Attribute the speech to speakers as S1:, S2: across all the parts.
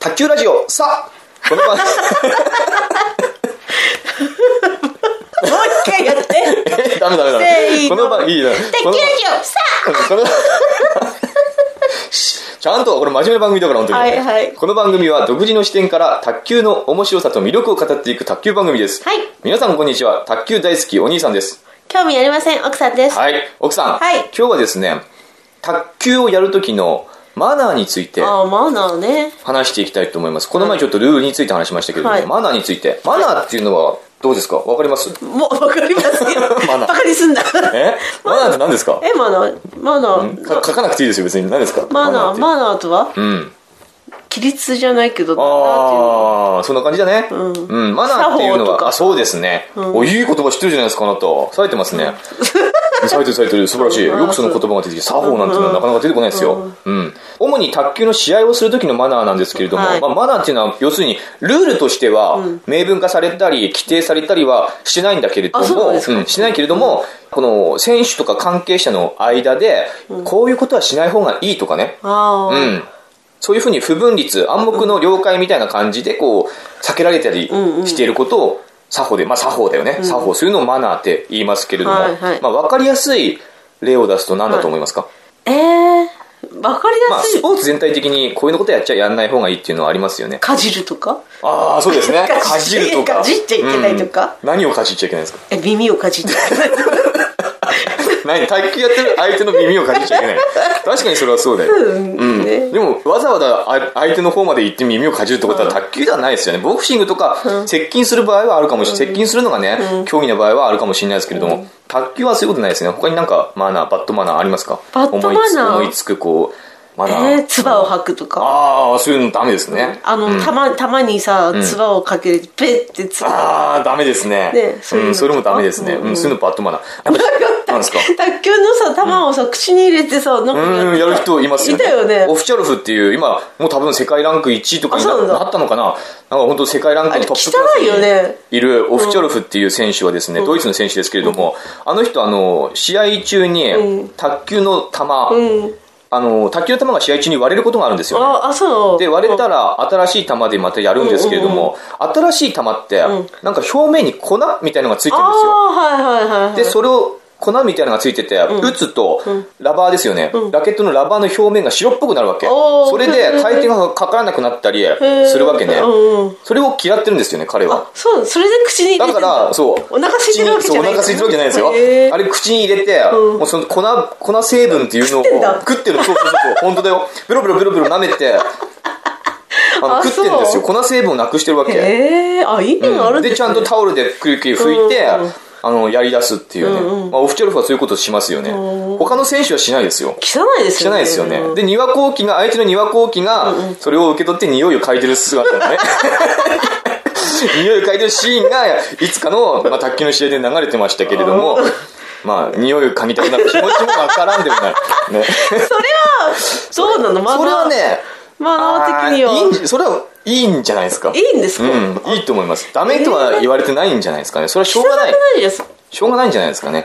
S1: 卓球ラジオさあこの 番
S2: もう一回やって
S1: えダメダメダ
S2: せ
S1: メ
S2: ー
S1: こ
S2: の
S1: の番いいな
S2: 卓球
S1: こ
S2: ラ
S1: の
S2: ジオさあ
S1: このちゃんとこれ真面目な番組だから本当に、
S2: はいはい
S1: この番組は独自の視点から卓球の面白さと魅力を語っていく卓球番組です、
S2: はい
S1: 皆さんこんにちは卓球大好きお兄さんです
S2: 興味ありません奥さんです
S1: はい奥さん、
S2: はい
S1: 今日はですね卓球をやる時のマナーについて
S2: ああマナーね
S1: 話していきたいと思いますこの前ちょっとルールについて話しましたけれども、
S2: はい
S1: マナーについてマナーっていうのはどうですかわかります
S2: もうわかりますよ
S1: マナー
S2: バカにすんな
S1: えマナーって何ですか
S2: えマナーマナー
S1: か書かなくていいですよ別に何ですか
S2: マナー
S1: ーっ
S2: マナーとは
S1: てうん
S2: 規律じゃないけどマ
S1: ああそんな感じだねうんんマナーっていうの
S2: 作法と
S1: は
S2: か
S1: あそうですねおいい言葉知ってるじゃないですかあなた冴えてますね冴えてる冴えてる素晴らしい
S2: うん
S1: よくその言葉が出てきて作法なんていうのはなかなか出てこないですようん主に卓球の試合をする時のマナーなんですけれども
S2: はい
S1: まあマナーっていうのは要するにルールとしては明文化されたり規定されたりはしてないんだけれど
S2: あそう
S1: も
S2: な
S1: うんん
S2: ですか
S1: しないけれどもこの選手とか関係者の間でこういうことはしない方がいいとかね
S2: ナーっていうのあ
S1: うん、そういうふうに不分律暗黙の了解みたいな感じでこう避けられたりしていることを作法でまあ作法だよね、作法するのをマナーって言いますけれども、
S2: はいはい
S1: まあ、分かりやすい例を出すと何だと思いますか、
S2: ーえーわかり
S1: ま
S2: や
S1: あ、
S2: す
S1: ス
S2: い
S1: ポーツ全体的にこういうことやっちゃやんない方がいいっていうのはありますよね
S2: かじるとか
S1: ああそうですね
S2: か
S1: か
S2: じ
S1: じる
S2: っ
S1: とか
S2: かじっちゃいけないとか
S1: うん何をかじっちゃいけないんですか
S2: え耳をかじって
S1: 何卓球やってる相手の耳をかじっちゃいけない確かにそれはそうだよ、
S2: うん ね
S1: でもわざわざあ相手の方まで行って耳をかじるってことは卓球ではないですよね、ボクシングとか接近する場合はあるかもしれない、接近するのがね、競技の場合はあるかもしれないですけれども、卓球はそういうことないですね他になんかマナーバッドマナーありますか
S2: バッドマナー
S1: 思いつ思いつくこうマ
S2: え
S1: ナー、
S2: ー唾を吐くとか
S1: ああそういうのダメですね、
S2: あのたまたまにさ唾をかけてペッて唾
S1: ああダメですね
S2: ねそういうの
S1: ん、それもダメですね、
S2: う
S1: うんんそういうのバッドマナーやっぱなんですか
S2: 卓球のさ球をさ、口に入れてさなんか
S1: うん、やる人いますよね。
S2: いたよね
S1: オフチャルフっていう、今、もう多分世界ランク1位とかに
S2: あ
S1: な
S2: そうなんだ
S1: なったのかななんか本当世界ランクのトップクラス
S2: あれ汚いよ
S1: に
S2: ね
S1: いるオフチャルフっていう選手はですね、ドイツの選手ですけれども、あの人、あの、試合中
S2: う
S1: に、卓球の球、
S2: うん
S1: あの、卓球の球が試合中に割れることがあるんですよね。
S2: ああそうなの
S1: で割れたら新しい球でまたやるんですけれども、新しい球って
S2: ん
S1: なんか表面に粉みたいのがついてるんですよ
S2: ああーはいはいはいはい
S1: でそれを粉みたいなのがついてて、打つとラバーですよね、ラケットのラバーの表面が白っぽくなるわけ
S2: おー
S1: それで回転がかからなくなったりするわけね、
S2: うんうん
S1: それを嫌ってるんですよね彼は
S2: あそうなのそれで口に入れて
S1: だ
S2: んだ
S1: からそう
S2: お腹空いてるわけじゃな
S1: そ
S2: い
S1: うお腹空いてるわけじゃないですよ
S2: へー
S1: あれ口に入れて、もうその粉粉成分っていうのを
S2: 食ってんだ
S1: 食ってるそうそうそう本当だよベロベロベロベロ舐めてあの
S2: あ
S1: 食ってるんですよ
S2: そ
S1: 粉成分をなくしてるわけ
S2: へえあいいのがあるん
S1: でちゃんとタオルでくりくり拭いて、
S2: うん
S1: あのやり出すっていうね、まあ、オフチャルフはそういうことしますよね他の選手はしないですよ
S2: 汚いです
S1: し
S2: よね
S1: ないですよね、
S2: うん
S1: で庭幸輝が相手の庭幸輝がそれを受け取って匂いを嗅いでる姿の ね匂いを嗅いでるシーンがいつかの、まあ、卓球の試合で流れてましたけれどもまあ匂いを嗅ぎたくなる気持ちもわからんでもない、ね、
S2: それはどうなのマナー
S1: それはね
S2: マナー的には
S1: あーいいんじそれはいいんじゃないですか
S2: いいんですか、
S1: うん、いいと思いますダメとは言われてないんじゃないですかねそれはしょ
S2: 汚
S1: う
S2: く
S1: がない
S2: ないです汚
S1: しょうがないんじゃないですかね、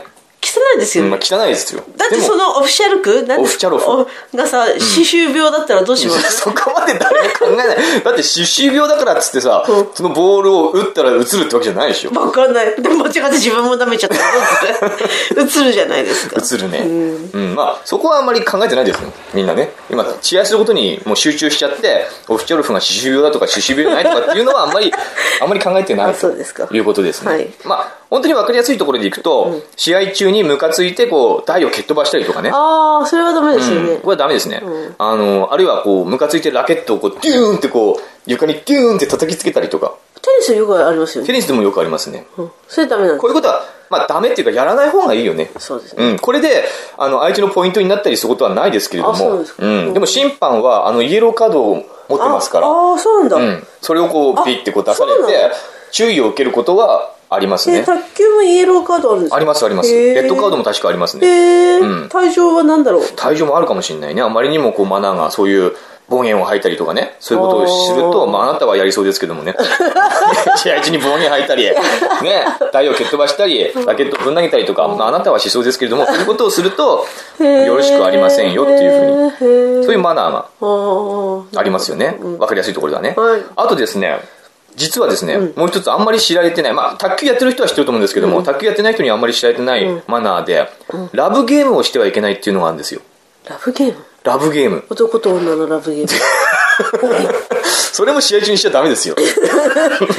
S2: いです
S1: う
S2: よ
S1: ん
S2: ね、
S1: まあ、汚いですよ
S2: だって
S1: でも
S2: そのオフィシャル区なんで
S1: オフィシャル区
S2: おがさ歯周病だったらどうします
S1: そこまで誰も考えないだって歯周病だからっつってさ、
S2: うん
S1: そのボールを打ったら映るってわけじゃないでしょ
S2: わかんないでも間違って自分も舐め ちゃったらどうする映るじゃないですか
S1: 映るねうん、まあそこはあんまり考えてないですよみんなね今試合することにもう集中しちゃってオフチョルフが歯周病だとか歯周病じゃないとかっていうのはあんま りあんまり考えてない
S2: あそうですか
S1: ということですね、
S2: はい
S1: まあ本当に分かりやすいところでいくと、試合中にムカついてこう台を蹴っ飛ばしたりとかね
S2: ああそれはダメですよね、
S1: うんこれはダメですね、あのあるいはこうムカついてるラケットをこうデューンってこう床にデューンって叩きつけたりとか
S2: テニスよくありますよ
S1: テ
S2: ね。
S1: ニスでもよくありますねこ
S2: うんそれダメな
S1: う
S2: ん
S1: いうことはまあダメっていうかやらない方がいいよね
S2: そうですね。
S1: うん、これであの相手のポイントになったりすることはないですけれど
S2: あそう
S1: も
S2: ですか
S1: んでも審判はあのイエローカードを持ってますから、
S2: ああ、そうなんだ。
S1: うん、それをこう
S2: あ
S1: ピッてこう出され
S2: そうなの
S1: て注意を受けることはあります
S2: え、
S1: ね。
S2: 卓球もイエローカードあるんですか
S1: ありますあります。
S2: へー
S1: レッドカードも確かありますね。
S2: へ
S1: う
S2: え
S1: ん。
S2: 退場は何だろう
S1: 退場もあるかもしれないね。あまりにもこうマナーがそういう暴言を吐いたりとかね、そういうことをすると、
S2: あー
S1: まああなたはやりそうですけども ね。試合中に暴言吐いたり、ね、台を蹴っ飛ばしたり、ラケットをぶん投げたりとか、まああなたはしそうですけれども、そういうことをすると、よろしくありませんよっていうふう
S2: ふ
S1: に、そういう
S2: う
S1: マナーが
S2: あ
S1: ありますよね。わかりやすいところだね
S2: はい。
S1: あとですね、実はですね、もう一つあんまり知られてない、まあ、卓球やってる人は知ってると思うんですけども、卓球やってない人にはあんまり知られてないマナーで、ラブゲームをしてはいけないっていうのがあるんですよ。
S2: ーラブゲーム
S1: ラブゲーム。
S2: 男と女のラブゲーム
S1: それも試合中にしちゃダメです よ。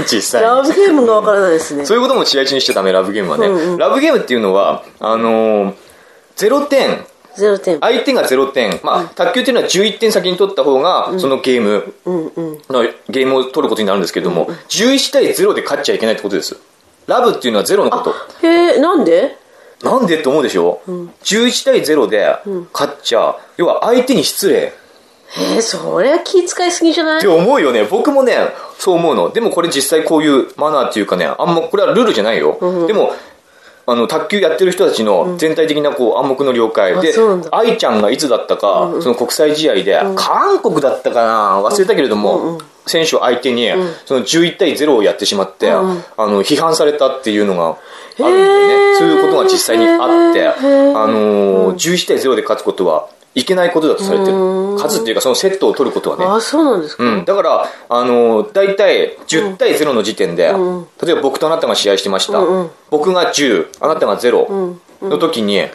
S1: 実際
S2: ラ
S1: に。
S2: ブゲームがわからないですね
S1: そういうことも試合中にしちゃダメ、ラブゲームはね。
S2: うんうん
S1: ラブゲームっていうのは、あのー、0点、
S2: ゼロ点
S1: 相手が0点、まあ、卓球っていうのは11点先に取った方が、そのゲーム
S2: うんうん
S1: の、ゲームを取ることになるんですけれども、11対0で勝っちゃいけないってことです。ラブっていうのは0のこと。
S2: へえなんで
S1: なんでって思うでしょ、?11 対0で勝っちゃ、要は相手に失礼。
S2: えー、そりゃ気遣いすぎじゃな
S1: っ
S2: い
S1: て思うよね僕もねそう思うのでもこれ実際こういうマナーっていうかねあんまこれはルールじゃないよ、でもあの卓球やってる人たちの全体的なこう暗黙の了解、
S2: あ
S1: で
S2: そうなんだ
S1: 愛ちゃんがいつだったか、その国際試合で、韓国だったかな忘れたけれども、選手を相手に、その11対0をやってしまって、あの批判されたっていうのがあるんだよ
S2: へ
S1: ね
S2: ー
S1: そういうことが実際にあって、
S2: へー
S1: あのー11対0で勝つことはいけないことだとされてる、勝つっていうかそのセットを取ることはね
S2: あそうなんですか、
S1: うん、だから、あのー大体10対0の時点で、例えば僕とあなたが試合してました、
S2: うんうん
S1: 僕が10あなたが0の時に、例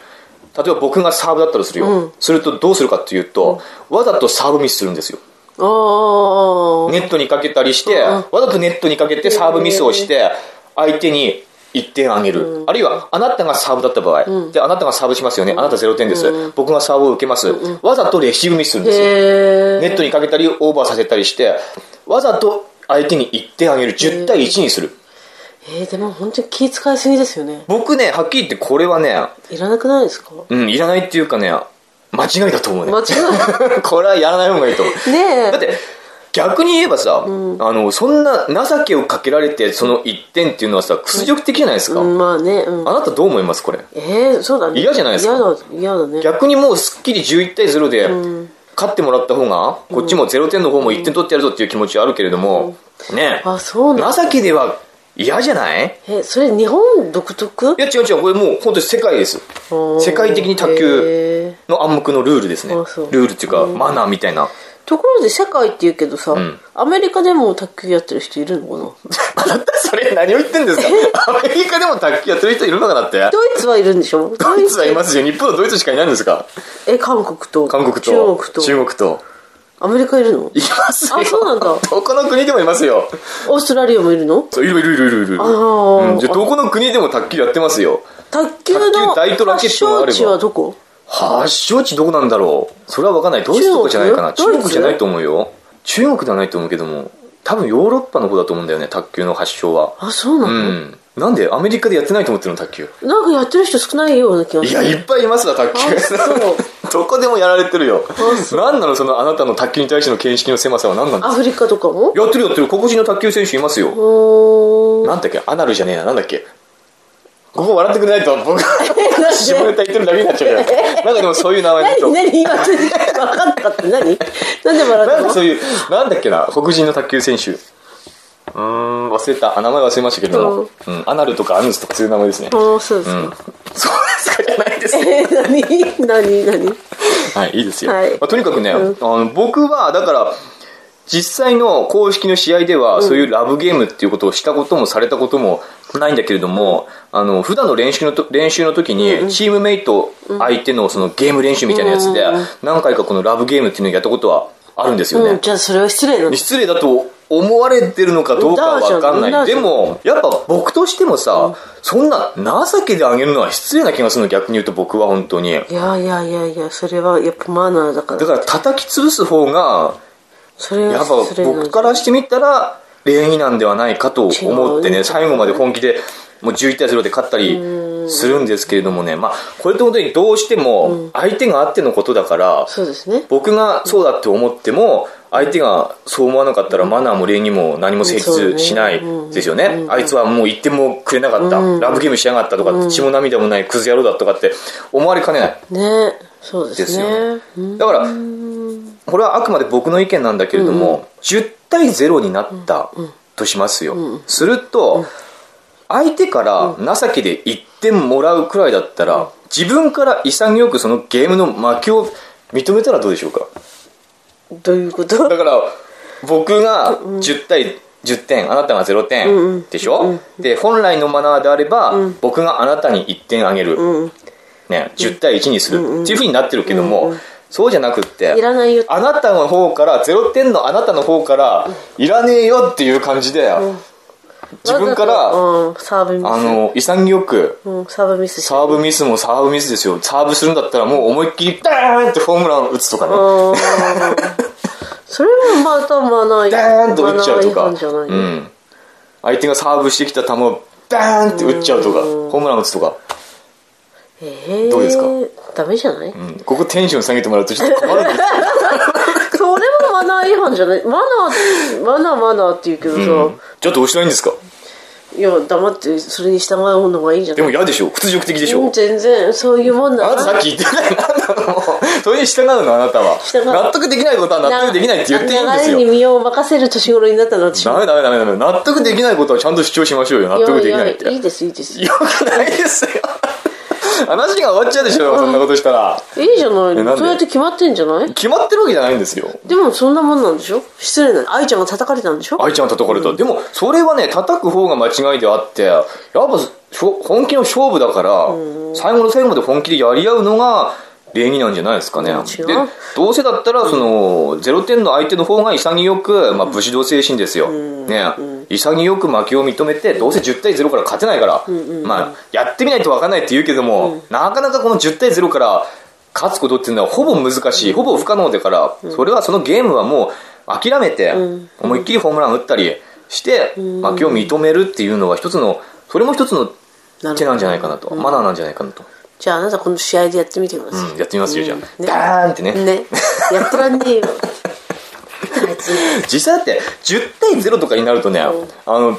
S1: えば僕がサーブだったとするよ、するとどうするかっていうと、わざとサーブミスするんですよ
S2: ああ、
S1: ネットにかけたりして、
S2: うん
S1: わざとネットにかけてサーブミスをして相手に1点あげる、あるいはあなたがサーブだった場合、であなたがサーブしますよね、あなた0点です、僕がサーブを受けます、わざとレシーブミスするんですよ
S2: へえ
S1: ネットにかけたりオーバーさせたりしてわざと相手に1点あげる10対1にする
S2: えー、でも本当に気遣いすぎですよね
S1: 僕ねはっきり言ってこれはね
S2: いらなくないですか
S1: うんいらないっていうかね間違いだと思うね
S2: 間違い
S1: これはやらない方がいいと思う
S2: ねえ
S1: だって逆に言えばさ、あのそんな情けをかけられてその1点っていうのはさ屈辱的じゃないですか、
S2: うんまあね、うん
S1: あなたどう思いますこれ
S2: えー、そうだね
S1: 嫌じゃないですか
S2: 嫌だ嫌だね
S1: 逆にもうすっきり11対0で勝ってもらった方がこっちも0点の方も1点取ってやるぞっていう気持ちはあるけれども、ねえ
S2: あそうなん
S1: 情けでは嫌じゃない
S2: えそれ日本独特
S1: いや違う違うこれもう本当に世界です世界的に卓球
S2: 球
S1: の暗黙のルールですねル
S2: あそう
S1: ールっていうかマナーみたいな
S2: ところで世界って言うけどさ、
S1: ん
S2: アメリカでも卓球やってる人いるのかな
S1: あなたそれ何を言ってん ですかアメリカでも卓球やってる人いるのかなって
S2: ドイツはいるんでしょ
S1: ドイツはいますよ日本とドイツしかいないんですか
S2: え韓国と
S1: 韓国と
S2: 中国と
S1: 中国と
S2: アメリカいるの
S1: いますよ
S2: あそうなんだ
S1: どこの国でもいますよ
S2: オーストラリアもいるの
S1: そういるいるいるいるいる
S2: あー
S1: うんじゃあどこの国でも卓球やってますよ
S2: 卓球
S1: 卓球
S2: の
S1: 大トラケッ
S2: 発
S1: トがあれば
S2: 祥地はどこ
S1: 発祥地どこなんだろうそれは分かんないドイツとかじゃないかな中
S2: 中国
S1: 国じゃないと思うよ中国ではないと思うけども多分ヨーロッパの方だと思うんだよね卓球の発祥は
S2: あそうな
S1: う
S2: の、
S1: んなんでアメリカでやってないと思ってるの卓球
S2: なんかやってる人少ないような気が
S1: い
S2: す
S1: や
S2: る
S1: いっぱいいますわ卓
S2: あそう
S1: 球 どこでもやられてるよ何なのそのあなたの卓球に対しての見識の狭さは何なんです
S2: アフリカとかも
S1: かやってるやってる黒人の卓球選手いますよ
S2: おー
S1: なんだっけアナルじゃねえななんだっけここ笑ってくれないと僕 下ネタ言ってるだけになっちゃうからなんかでもそういう名前
S2: 何
S1: の人
S2: 何今とにかく分かったって何なんで笑っ
S1: な
S2: た
S1: ん
S2: の
S1: かそういう、なんだっけな、黒人の卓球選手。うーん、忘れた。あ名前忘れましたけども。うん、アナルとかアヌスとかそういう名前ですね。
S2: ああそうですか、
S1: そうですかじゃないです。
S2: えー、何何何
S1: はい、いいですよ。
S2: はい
S1: まあとにかくね、
S2: うん
S1: あの僕は、だから、実際の公式の試合では、そういうラブゲームっていうことをしたこともされたこともないんだけれども、あの、普段の練習のと、練習の時に、チームメイト相手のそのゲーム練習みたいなやつで、何回かこのラブゲームっていうのをやったことはあるんですよね。
S2: うん、じゃあそれは失礼なの
S1: 失礼だと思われてるのかどうかは分かん
S2: う
S1: なんいでもやっぱ僕としてもさそんな情けであげるのは失礼な気がするの逆に言うと僕は本当に
S2: いやいやいやいやそれはやっぱマナーだから
S1: だから叩き潰す方が
S2: それ
S1: や
S2: は
S1: っぱ
S2: 失礼な
S1: 僕からしてみたら礼儀なんではないかと思って
S2: 違う
S1: ね
S2: ね
S1: 最後まで本気でもう11対0で勝ったりするんですけれどもねまあこれって本当にどうしても相手があってのことだから
S2: そうですね
S1: 僕がそうだって思っても相手がそう思わなかったらマナーも礼儀も何も成立しないですよねあいつはもう言ってもくれなかったラブゲームしやがったとかって血も涙もないクズ野郎だとかって思われかねない
S2: ねそうです
S1: ですよ
S2: ねうん
S1: だからこれはあくまで僕の意見なんだけれども、10対0になったとしますよ、すると、相手から情けで1点もらうくらいだったら、自分から潔くそのゲームの負けを認めたらどうでしょうか
S2: どういうこと
S1: だから僕が10対10点あなたが0点でしょ、で本来のマナーであれば、僕があなたに1点あげる、
S2: うん
S1: ね、10対1にするっていうふうになってるけども、そうじゃなくって
S2: いらないよ
S1: あなたの方から0点のあなたの方からいらねえよっていう感じで、自分か
S2: わざ
S1: ら、
S2: とうんサーブミ
S1: あ
S2: ス
S1: の潔く
S2: うんサーブミスして
S1: サーブミスもサーブミスですよサーブするんだったらもう思いっきりダーンってホームラン打つとかね、
S2: あーそれもまたマナー
S1: ダーンと打っちゃうと
S2: マ
S1: か、
S2: ナー違反じゃないうの
S1: ん、相手がサーブしてきた球をダーンって打っちゃうとかホームラン打つとか、
S2: ええ
S1: どうですか
S2: ダメじゃない
S1: うん、ここテンション下げてもらうとちょっと困るんですよ
S2: それもマナー違反じゃないマナーマナーマナーって言うけどさ、
S1: うんちょっとおしないんですか
S2: いや黙ってそれに従うのがいいんじゃ
S1: で
S2: ない
S1: も嫌でしょ屈辱的でしょ、
S2: うん全然そういうもんだ
S1: あなたさっき言ってないなんだろうそれに従うのあなたは
S2: 従う
S1: 納得できないことは納得できないって言っていいんです
S2: 流れ
S1: よ
S2: に身を任せる年頃になったなって
S1: ダメダメダメダメ納得できないことはちゃんと主張しましょうよ納得できないって
S2: やいやいいですいいですい
S1: よくないですよ話が終わっちゃうでしょそんなことしたら
S2: いじゃない
S1: えなんで
S2: そうやって決まってんじゃない
S1: 決まってるわけじゃないんですよ
S2: でもそんなもんなんでしょ失礼な愛ちゃんが叩かれたんでしょ
S1: 愛ちゃんは叩かれた、でもそれはね叩く方が間違いであってやっぱしょ本気の勝負だから、最後の最後まで本気でやり合うのが礼儀なんじゃないですかね
S2: 違う
S1: でどうせだったらその0点の相手の方が潔く、まあ、武士道精神ですよ、ね、潔く負けを認めてどうせ10対0から勝てないから、まあ、やってみないと分かんないって言うけども、なかなかこの10対0から勝つことっていうのはほぼ難しいほぼ不可能だから、それはそのゲームはもう諦めて思いっきりホームラン打ったりして負けを認めるっていうのは一つのそれも一つの
S2: な
S1: 手
S2: る
S1: な
S2: ほど
S1: んじゃないかなとマナーなんじゃないかなと、
S2: じゃああなたこの試合でやってみてください、
S1: うんやってみますよじゃあ、
S2: うんね
S1: ダーンってね
S2: ねやってらんねえよ
S1: 実際だって10対0とかになるとね、あの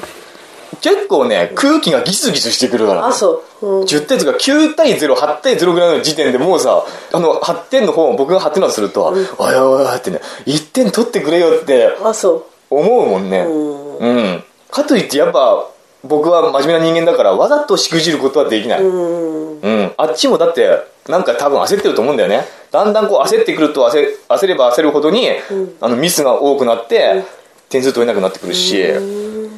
S1: 結構ね空気がギスギスしてくるから
S2: あそう、うん、
S1: 10点とか9対08対0ぐらいの時点でもうさあの8点の方僕が8点だとすると、おいおいおいってね1点取ってくれよって
S2: あそ
S1: 思うもんね
S2: う、う
S1: うんん、かといってやっぱ僕は真面目な人間だからわざとしくじることはできない、うんあっちもだってなんか多分焦ってると思うんだよねだんだんこう焦ってくると焦焦れば焦るほどに、あのミスが多くなって、点数取れなくなってくるし、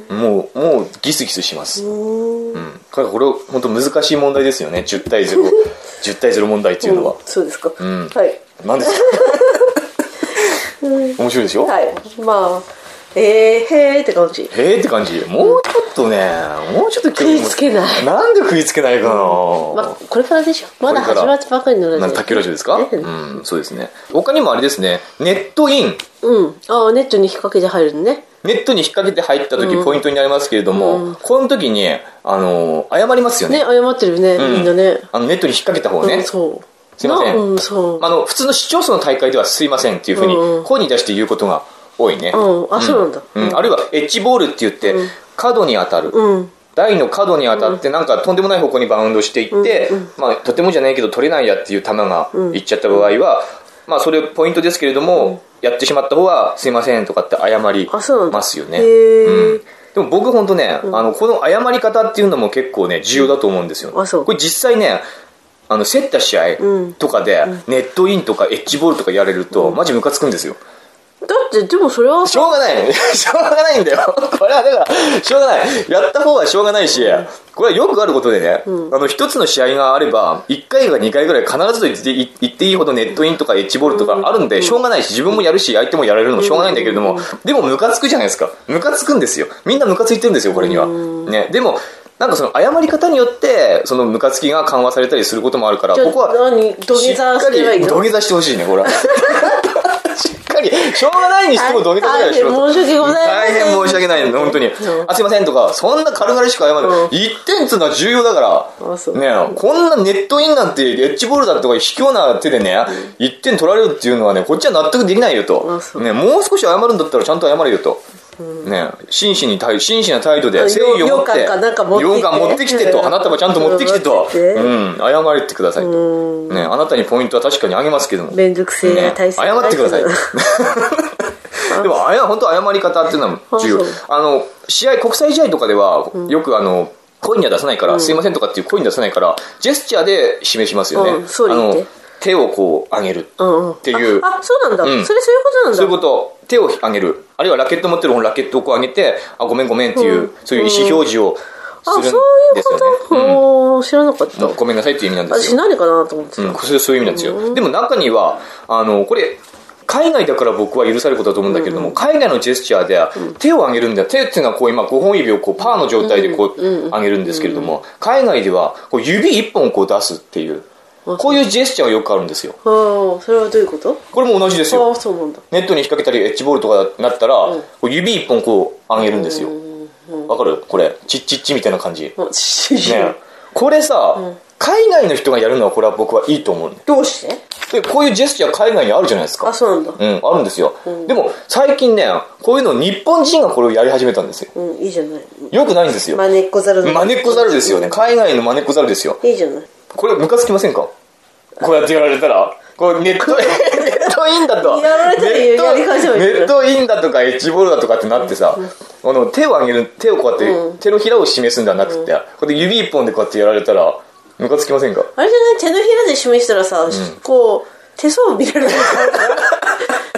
S1: もうもうギスギスしますうん、だからこれ本当難しい問題ですよね10対010 対0問題っていうのは、
S2: そうですか、
S1: ん
S2: はい
S1: なんですか面白いでしょ、
S2: はいまあえー、へーって感じ
S1: へーって感じもうちょっとねもうちょっと
S2: 食いつけない
S1: なんで食いつけないかな、
S2: まあこれからでしょまだ
S1: これから
S2: 始まったばかりの
S1: な
S2: ラ
S1: ん
S2: ジ
S1: で
S2: オ
S1: 卓球ラジオですか、
S2: ね
S1: うんそうですね他にもあれですねネットイン
S2: うんああネットに引っ掛けて入るのね
S1: ネットに引っ掛けて入った時ポイントになりますけれども、この時にあの謝りますよね
S2: ね謝ってるよね、みんなね、
S1: あのネットに引っ掛けた方ね、
S2: うん、そう
S1: すいません
S2: なうんそう、
S1: あの普通の市町村の大会では「すいません」っていうふうに
S2: うんうん
S1: 声に出して言うことが多いね、
S2: うんあそうなんだ
S1: うんあるいはエッジボールって言って角に当たる、
S2: うん
S1: 台の角に当たってなんかとんでもない方向にバウンドしていって、まあ、とてもじゃないけど取れないやっていう球がいっちゃった場合は、まあ、それポイントですけれども、やってしまった方は「すいません」とかって謝り
S2: あそうなんだ
S1: ますよね
S2: へー
S1: でも僕本当ね、あのこの謝り方っていうのも結構ね重要だと思うんですよ、
S2: あそう
S1: これ実際ねあの競った試合とかで、ネットインとかエッジボールとかやれると、マジムカつくんですよ
S2: だってでもそれは
S1: しょうがない しょうがないんだよ これはだからしょうがないやった方はしょうがないしこれはよくあることでね、あの一つの試合があれば1回か2回ぐらい必ずと言ってい言っていいほどネットインとかエッジボールとかあるんでしょうがないし自分もやるし相手もやられるのもしょうがないんだけれどもでもムカつくじゃないですかムカつくんですよみんなムカついてるんですよこれには、ね、でもなんかその謝り方によってそのムカつきが緩和されたりすることもあるから
S2: じゃあ
S1: ここは
S2: 何土下座すればいい
S1: しっかり
S2: の
S1: 土下座してほしいねこれはしっかないしょうがないにしてもどげたぐらいでしょ
S2: あ申し訳ございません
S1: 大変申し訳ない本当に
S2: うん
S1: あすいませんとかそんな軽々しく謝る
S2: うん
S1: 一点っつうのは重要だから
S2: あそう
S1: ねえこんなネットインなんてエッジボールだとか卑怯な手でね一点取られるっていうのはねこっちは納得できないよ
S2: あ
S1: と
S2: そう
S1: ねえもう少し謝るんだったらちゃんと謝れよとねえ真摯に対真摯な態度で
S2: あ
S1: 誠意を持って
S2: 羊羹かなんか持ってきて
S1: 羊羹持ってきてと花束ちゃんと持ってきて
S2: 持
S1: と
S2: ってきて
S1: うん謝れてくださいと
S2: う
S1: ねえあなたにポイントは確かにあげますけども
S2: めんどくせえ
S1: ね
S2: 大切
S1: 謝ってください
S2: 大切
S1: でもあや本当謝り方っていうのは重要
S2: あ
S1: あの試合国際試合とかではよくあの声には出さないから、すいませんとかっていう声に出さないからジェスチャーで示しますよね、
S2: うん総理
S1: あ
S2: 言って
S1: の手をこう上げる
S2: うん
S1: っていう、
S2: ああそうなんだ、
S1: うん
S2: それそういうことなんだ
S1: そういうこと手を上げるあるいはラケット持ってる方のラケットをこう上げてあごめんごめんっていう、そういう意思表示をするん
S2: あ
S1: です
S2: そう
S1: よ
S2: い
S1: ね
S2: うこと、おー知らなかった
S1: うんごめんなさいっていう意味なんですよ
S2: 私何かなと思ってた、
S1: うん、それそういう意味なんですよ。でも中には、あの、これ、海外だから僕は許されることだと思うんだけれども、海外のジェスチャーでは手を上げるんだよ。手っていうのはこう今5本指をこうパーの状態でこう上げるんですけれども、海外ではこう指1本こう出すっていう、こういうジェスチャーがよくあるんですよ。
S2: ああそれはどういうこと
S1: これも同じです
S2: あ
S1: よ。
S2: あそうなんだ
S1: ネットに引っ掛けたりエッジボールとかになったら、こう指1本こう上げるんですよ。わかるこれ、チッチッチみたいな感じ。ね
S2: あ知らない
S1: えこれさ、海外の人がやるのはこれは僕はいいと思うね。
S2: どうして
S1: で、こういうジェスチャー海外にあるじゃないですか
S2: あ。そうなんだ
S1: うん、あるんですよ、でも最近ねこういうの日本人がこれをやり始めたんですよ
S2: うんいいじゃない
S1: よくないんですよ
S2: まねっこざる
S1: マネっこザルですよね海外のマネっこザルですよ
S2: いいじゃない
S1: これムカつきませんかこうやってやられたらこれネットネットインだと
S2: やられたり
S1: ネット
S2: やり返せばいいじゃん
S1: ネットインだとかエッジボールだとかってなってさ、あの手を上げる手をこうやって、手のひらを示すんではなくて、こうやって指一本でこうやってやられたらムカつきませんか
S2: あれじゃない手のひらで示したらさ、こう手相見られる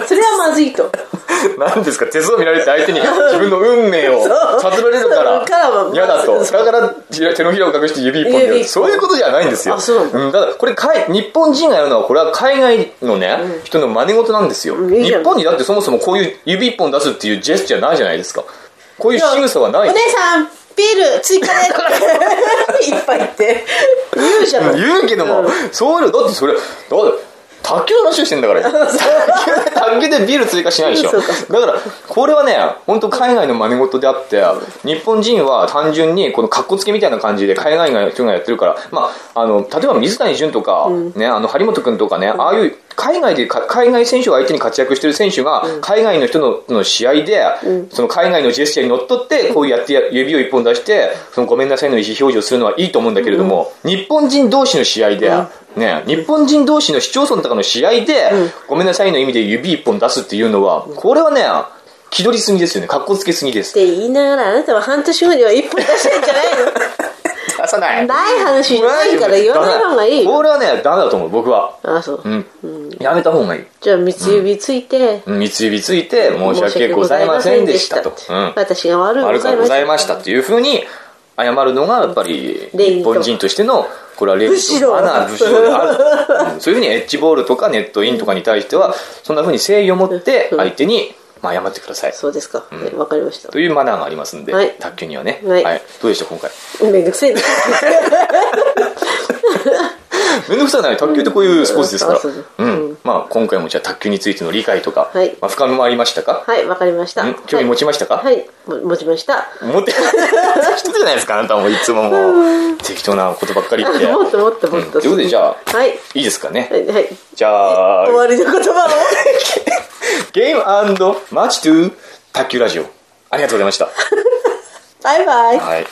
S2: それはまずいと
S1: 何ですか手相見られて相手に自分の運命を
S2: そう
S1: 悟られるから
S2: からはまあ
S1: 嫌だと
S2: そう
S1: だから手のひらを隠して指一本でや
S2: 指一
S1: る
S2: 本
S1: そういうことじゃないんですよ
S2: あそうなんだ
S1: ん、だからこれ海日本人がやるのはこれは海外のね、人の真似事なんですよ
S2: うんいいじ
S1: 日
S2: ゃん
S1: 本にだってそもそもこういう指一本出すっていうジェスチャーないじゃないですかこういう仕草はな
S2: お
S1: い
S2: 姉さんビール 追加でいっぱい言って言うじゃない
S1: 言うけども、そういうのだってそれだって卓球の話をしてんだから卓球で卓球でビール追加しないでしょ
S2: そ
S1: だ
S2: う
S1: か
S2: から
S1: これはね本当海外の真似事であって日本人は単純にこのカッコつけみたいな感じで海外の人がやってるから、まあ、あの例えば水谷隼とか、ね、あの張本君とかね、ああいう海外でか海外選手を相手に活躍してる選手が海外の人のの試合で、その海外のジェスチャーにのっとってこうやってや指を一本出してそのごめんなさいの意思表示をするのはいいと思うんだけれども、日本人同士の試合で、ね、日本人同士の市町村とかの試合で、ごめんなさいの意味で指一本出すっていうのはこれはね気取りすぎですよね格好つけすぎで
S2: っ
S1: す
S2: て言いながらあなたは半年後には一本出したんじゃない
S1: 出さな
S2: のない話ないから言わない方がいいよ
S1: これはねダメだと思う僕は、
S2: あそう、
S1: うん、やめた方がいい
S2: じゃあ三つ指ついて、
S1: 三つ指ついて申し訳ございませんでしたと、うん、
S2: 私が悪い
S1: あるからございま
S2: し
S1: したというふうに謝るのがやっぱり
S2: 礼儀
S1: 日
S2: と
S1: 本人としてのこれは礼儀とマナー
S2: 武
S1: 武
S2: 士道
S1: 士道である、うんそういうふうにエッジボールとかネットインとかに対してはそんなふうに誠意を持って相手にまあ謝ってください
S2: そうですかはいわ、かりました
S1: というマナーがありますんで、
S2: はい
S1: 卓球にはね、
S2: はい
S1: どうでした今回
S2: めんど くせえな
S1: めんどくさくない卓球ってこういうスポーツですから
S2: うんそうそう、
S1: うんまあ、今回もじゃあ卓球についての理解とか、
S2: はい
S1: まあ、深みもありましたか、
S2: はいわかりました
S1: うん興味持ちましたか、
S2: はい、はいも持ちました
S1: 思って ない人じゃないですかあなたもいつももう適当なことばっかり言 って
S2: もっともっと
S1: うんと
S2: もっと、
S1: いうことでじゃあ
S2: はい
S1: いいですかね
S2: はい、はい、
S1: じゃあ
S2: 終わりの言葉 を
S1: ゲームマッチトゥ卓球ラジオありがとうございました
S2: バイバイ
S1: はい